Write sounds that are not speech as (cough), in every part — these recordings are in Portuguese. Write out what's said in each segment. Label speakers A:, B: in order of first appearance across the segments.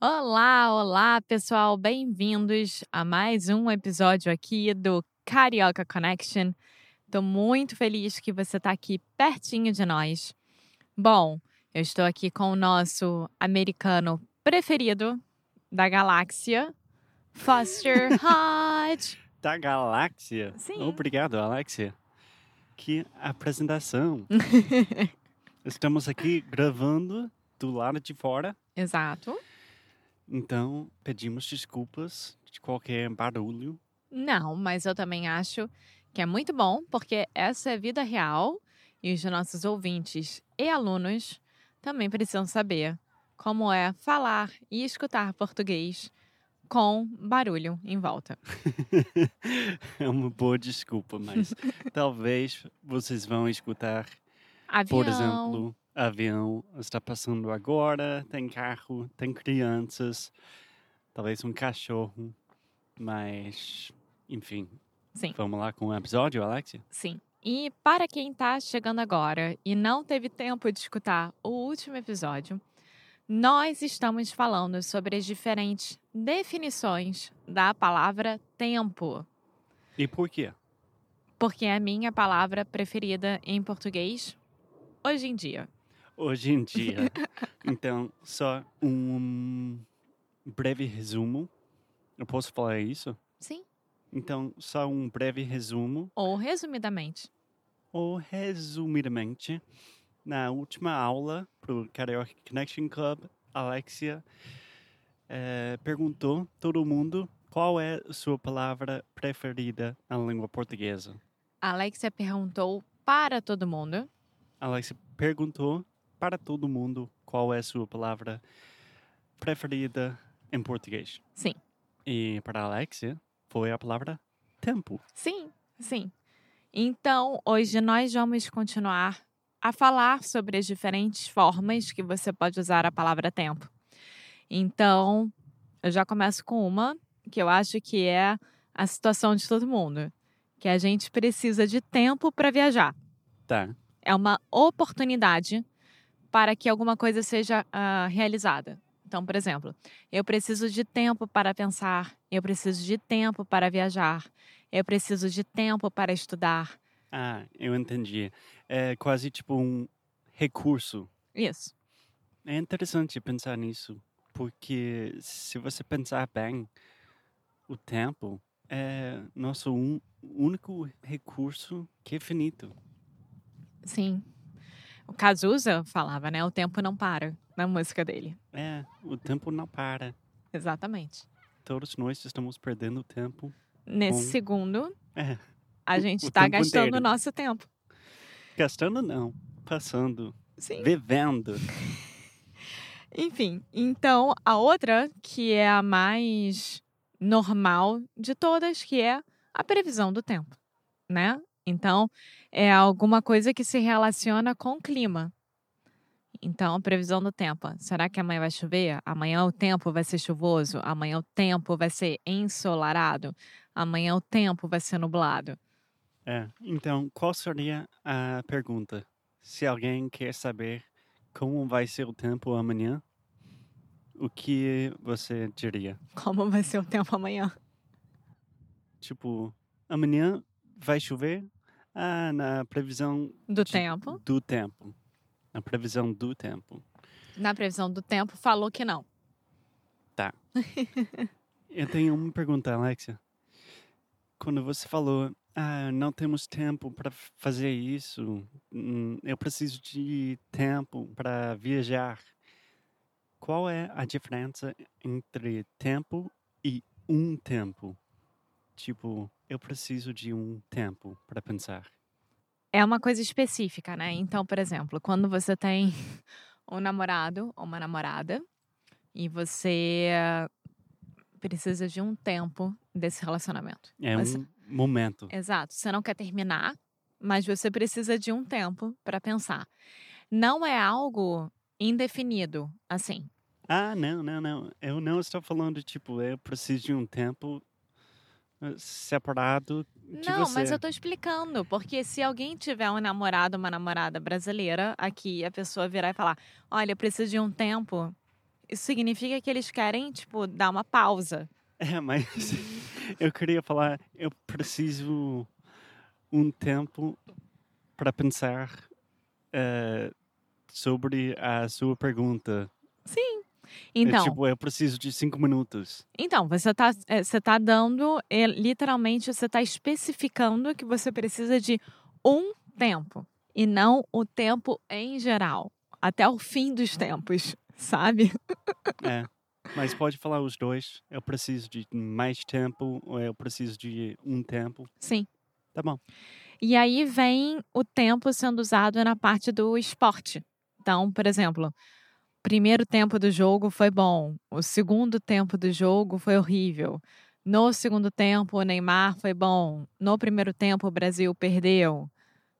A: Olá, olá, pessoal, bem-vindos a mais um episódio aqui do Carioca Connection. Estou muito feliz que você está aqui pertinho de nós. Bom, eu estou aqui com o nosso americano preferido da galáxia, Foster Hodge.
B: Da Galáxia.
A: Sim.
B: Obrigado, Alexia. Que apresentação. Estamos aqui gravando do lado de fora,
A: Exato.
B: então pedimos desculpas de qualquer barulho. (laughs)
A: Não, mas eu também acho que é muito bom, porque essa é vida real e os nossos ouvintes e alunos também precisam saber como é falar e escutar português com barulho em volta.
B: é uma boa desculpa, mas talvez vocês vão escutar,
A: Avião,
B: por exemplo, avião está passando agora, tem carro, tem crianças, talvez um cachorro, mas enfim.
A: Sim.
B: Vamos lá com o episódio, Alexia?
A: Sim. E para quem está chegando agora e não teve tempo de escutar o último episódio, nós estamos falando sobre as diferentes definições da palavra tempo,
B: E por quê?
A: porque é a minha palavra preferida em português hoje em dia.
B: Hoje
A: (laughs)
B: em dia. então, só um breve resumo. Eu posso falar isso?
A: Sim.
B: Então, só um breve resumo,
A: Ou resumidamente.
B: ou resumidamente, na última aula para o Karaoke Connection Club, Alexia eh, perguntou todo mundo qual é a sua palavra preferida na língua portuguesa.
A: A Alexia perguntou para todo mundo.
B: Alex perguntou para todo mundo qual é a sua palavra preferida em português.
A: Sim.
B: E para Alexia foi a palavra tempo.
A: Sim, sim. Então, hoje nós vamos continuar a falar sobre as diferentes formas que você pode usar a palavra tempo. Então, eu já começo com uma que eu acho que é a situação de todo mundo, que a gente precisa de tempo para viajar.
B: Tá.
A: É uma oportunidade para que alguma coisa seja ah, realizada. Então, por exemplo, eu preciso de tempo para pensar, eu preciso de tempo para viajar, eu preciso de tempo para estudar.
B: Ah, eu entendi. É quase tipo um recurso.
A: Isso.
B: É interessante pensar nisso, porque se você pensar bem, o tempo é nosso un- único recurso que é finito.
A: Sim. O Cazuza falava, né? O tempo não para na música dele.
B: É, o tempo não para.
A: Exatamente.
B: Todos nós estamos perdendo o tempo.
A: Nesse
B: Bom.
A: segundo,
B: É.
A: a gente
B: (laughs) o
A: está
B: tempo
A: gastando
B: inteiro.
A: o nosso tempo.
B: Gastando não, passando,
A: Sim.
B: vivendo.
A: Enfim, então a outra, que é a mais normal de todas, que é a previsão do tempo, né? Então, é alguma coisa que se relaciona com o clima. Então, a previsão do tempo. Será que amanhã vai chover? Amanhã o tempo vai ser chuvoso? Amanhã o tempo vai ser ensolarado? Amanhã o tempo vai ser nublado? (laughs)
B: É. Então, qual seria a pergunta? Se alguém quer saber como vai ser o tempo amanhã, o que você diria?
A: Como vai ser o tempo amanhã?
B: Tipo, amanhã vai chover? Ah, na previsão
A: Do
B: de-
A: tempo.
B: do tempo. Na previsão do tempo.
A: Na previsão do tempo, falou que não.
B: Eu tenho uma pergunta, Alexia. Quando você falou Ah, não temos tempo para fazer isso. Hum, Eu preciso de tempo para viajar. Qual é a diferença entre tempo e um tempo? Tipo, eu preciso de um tempo para pensar.
A: é uma coisa específica, né? Então, por exemplo, quando você tem (laughs) um namorado ou uma namorada e você eh, precisa de um tempo desse relacionamento.
B: É
A: Você-
B: um momento.
A: Exato, você não quer terminar, mas você precisa de um tempo para pensar. Não é algo indefinido, assim.
B: Ah, não, não, não. Eu não estou falando, tipo, eu preciso de um tempo eh, separado de
A: não,
B: você.
A: mas eu tô explicando, porque se alguém tiver um namorado, uma namorada brasileira aqui, a pessoa virar e falar: "Olha, eu preciso de um tempo". Isso significa que eles querem, tipo, dar uma pausa.
B: (laughs) É, mas
A: Uhum.
B: (laughs) eu queria falar, eu preciso um tempo para pensar eh, sobre a sua pergunta.
A: Sim.
B: É
A: Então,
B: tipo, eu preciso de cinco minutos.
A: então você tá, é, você tá dando, é, literalmente, você tá especificando que você precisa de um tempo e não o tempo em geral, até o fim dos tempos, sabe?
B: É. Mas pode falar os dois. Eu preciso de mais tempo ou eu preciso de um tempo.
A: Sim.
B: Tá bom.
A: E aí vem o tempo sendo usado na parte do esporte. Então, por exemplo, primeiro tempo do jogo foi bom, o segundo tempo do jogo foi horrível. No segundo tempo, o Neymar foi bom. No primeiro tempo, o Brasil perdeu.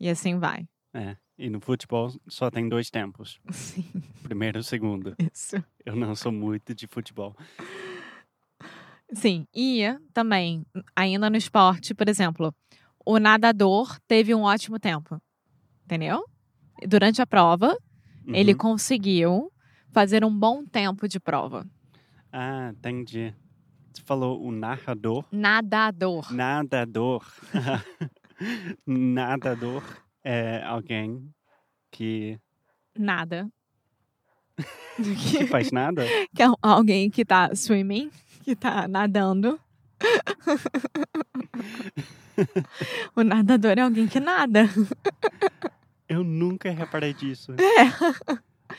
A: E assim vai. (laughs)
B: É. E no futebol só tem dois tempos.
A: Sim,
B: Primeiro e segundo.
A: isso.
B: Eu não sou muito de futebol.
A: Sim, e também, ainda no esporte, por exemplo, o nadador teve um ótimo tempo. Entendeu? Durante a prova, Ele
B: Uhum.
A: conseguiu fazer um bom tempo de prova.
B: Ah, entendi. Você falou o narrador.
A: Nadador.
B: Nadador. (laughs) Nadador é alguém que,
A: Nada.
B: que faz nada?
A: (laughs) que é alguém que tá swimming, que tá nadando. (laughs) o nadador é alguém que nada.
B: Eu nunca reparei disso.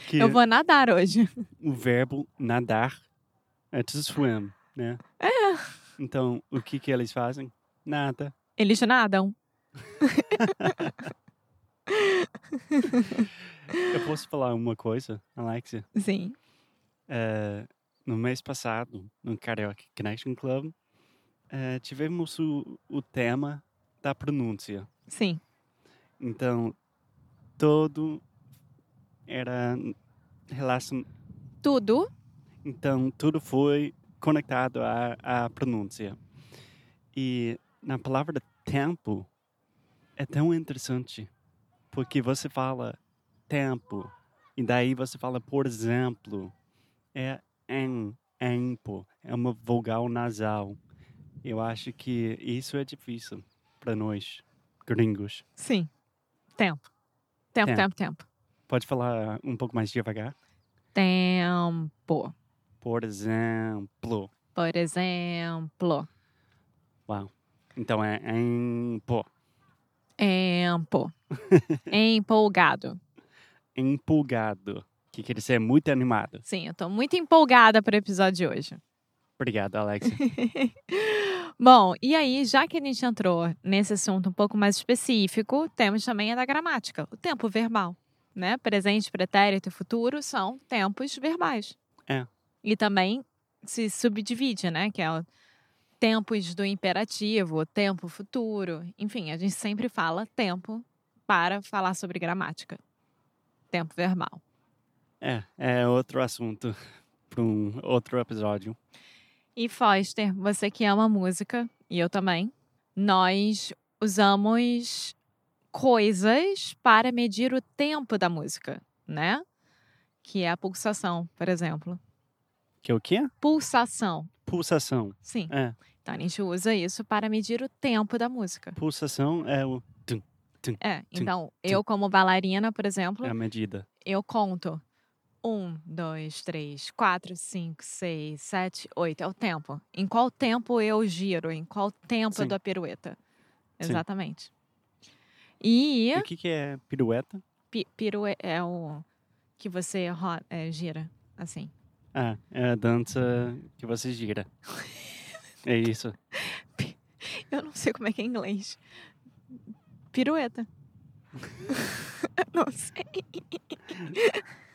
B: Que
A: É. Eu vou nadar hoje.
B: o verbo nadar é to swim, né?
A: É.
B: Então, o que que eles fazem? Nada.
A: Eles nadam.
B: Eu posso falar uma coisa, Alexia?
A: Sim.
B: É, no mês passado, no Karaoke Connection Club, é, tivemos o, o tema da pronúncia.
A: Sim.
B: Então, todo era relação.
A: Tudo.
B: Então, tudo foi conectado à, à pronúncia. E na palavra tempo é tão interessante, porque você fala tempo e daí você fala por exemplo, é em, empo, é uma vogal nasal. Eu acho que isso é difícil para nós gringos.
A: Sim. Tempo. Tempo, tempo,
B: Tempo.
A: tempo.
B: Pode falar um pouco mais devagar?
A: Tempo.
B: Por exemplo.
A: Por exemplo.
B: Uau. Então é em pô, (laughs)
A: Tempo. Empolgado.
B: empolgado. Que quer dizer muito animado.
A: Sim, eu tô muito empolgada para o episódio de hoje. (laughs)
B: Obrigado, Alex.
A: Bom, e aí, já que a gente entrou nesse assunto um pouco mais específico, temos também a da gramática, o tempo verbal. Né? Presente, pretérito e futuro são tempos verbais.
B: É.
A: E também se subdivide, né? Que é o tempos do imperativo, o tempo futuro. Enfim, a gente sempre fala tempo para falar sobre gramática. Tempo verbal.
B: é, é outro assunto (laughs) para um outro episódio.
A: E Foster, você que ama música, e eu também, nós usamos coisas para medir o tempo da música, né? Que é a pulsação, por exemplo.
B: Que é o quê?
A: Pulsação,
B: Pulsação.
A: sim.
B: É.
A: Então a gente usa isso para medir o tempo da música.
B: Pulsação é o tum,
A: É, então eu, como bailarina, por exemplo,
B: é a medida.
A: eu conto. Um, dois, três, quatro, cinco, seis, sete, oito. É o tempo. Em qual tempo eu giro? Em qual tempo
B: Sim.
A: eu dou a pirueta? Exatamente. E
B: E o que, que é pirueta?
A: pi- piru é, é o que você ro- é, gira, assim.
B: Ah, é a dança que você gira. é isso.
A: (laughs) Eu não sei como é que é em inglês. (laughs) Pirueta. não sei.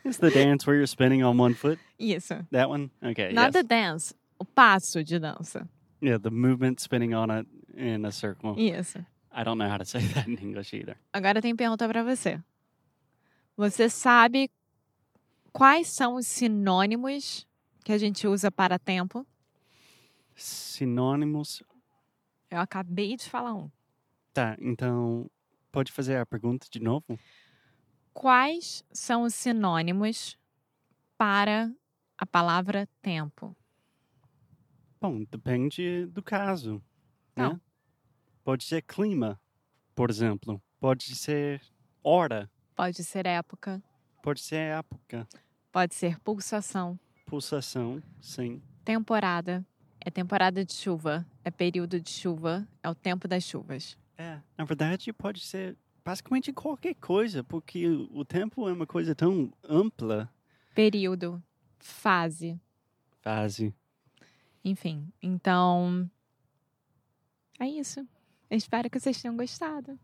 B: It's the dance where you're spinning on one foot.
A: Isso.
B: That one? Okay.
A: Not the
B: yes.
A: dance. O passo de dança.
B: Yeah, the movement spinning on it in a circle.
A: Isso.
B: I don't know how to say (laughs) that in English either.
A: Agora tem pergunta pra você. Você sabe quais são os sinônimos que a gente usa para tempo?
B: Sinônimos.
A: Eu acabei de falar um.
B: Tá, então pode fazer a pergunta de novo?
A: Quais são os sinônimos para a palavra tempo?
B: Bom, depende do caso.
A: Não.
B: Né? Pode ser clima, por exemplo. Pode ser hora.
A: Pode ser época,
B: Pode ser época.
A: pode ser pulsação,
B: Pulsação, sim.
A: temporada. É temporada de chuva, é período de chuva, é o tempo das chuvas.
B: É, na verdade pode ser basicamente qualquer coisa, porque o o tempo é uma coisa tão ampla.
A: Período, fase,
B: Fase.
A: Enfim, então. É isso. Eu espero que vocês tenham gostado.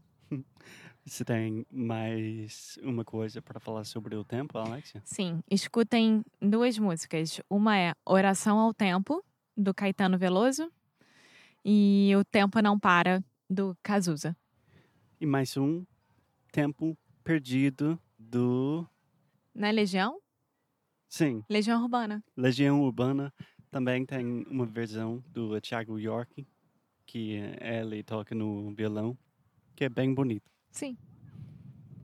B: Você tem mais uma coisa para falar sobre o tempo, Alexia?
A: Sim, escutem duas músicas. Uma é Oração ao Tempo, do Caetano Veloso, e O Tempo Não Para, do Cazuza.
B: E mais um tempo perdido do.
A: Na Né, Legião?
B: Sim,
A: Legião Urbana.
B: Legião Urbana também tem uma versão do Thiago York, que ele toca no violão, que é bem bonito.
A: Sim.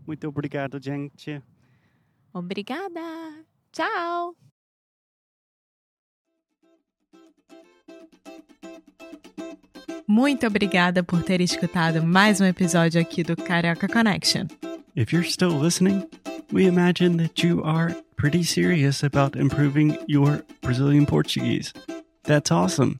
B: Muito obrigado, gente.
A: Obrigada! Tchau! Muito obrigada por ter escutado mais um episódio aqui do Carioca Connection.
C: If you're still listening, we imagine that you are pretty serious about improving your Brazilian Portuguese. That's awesome.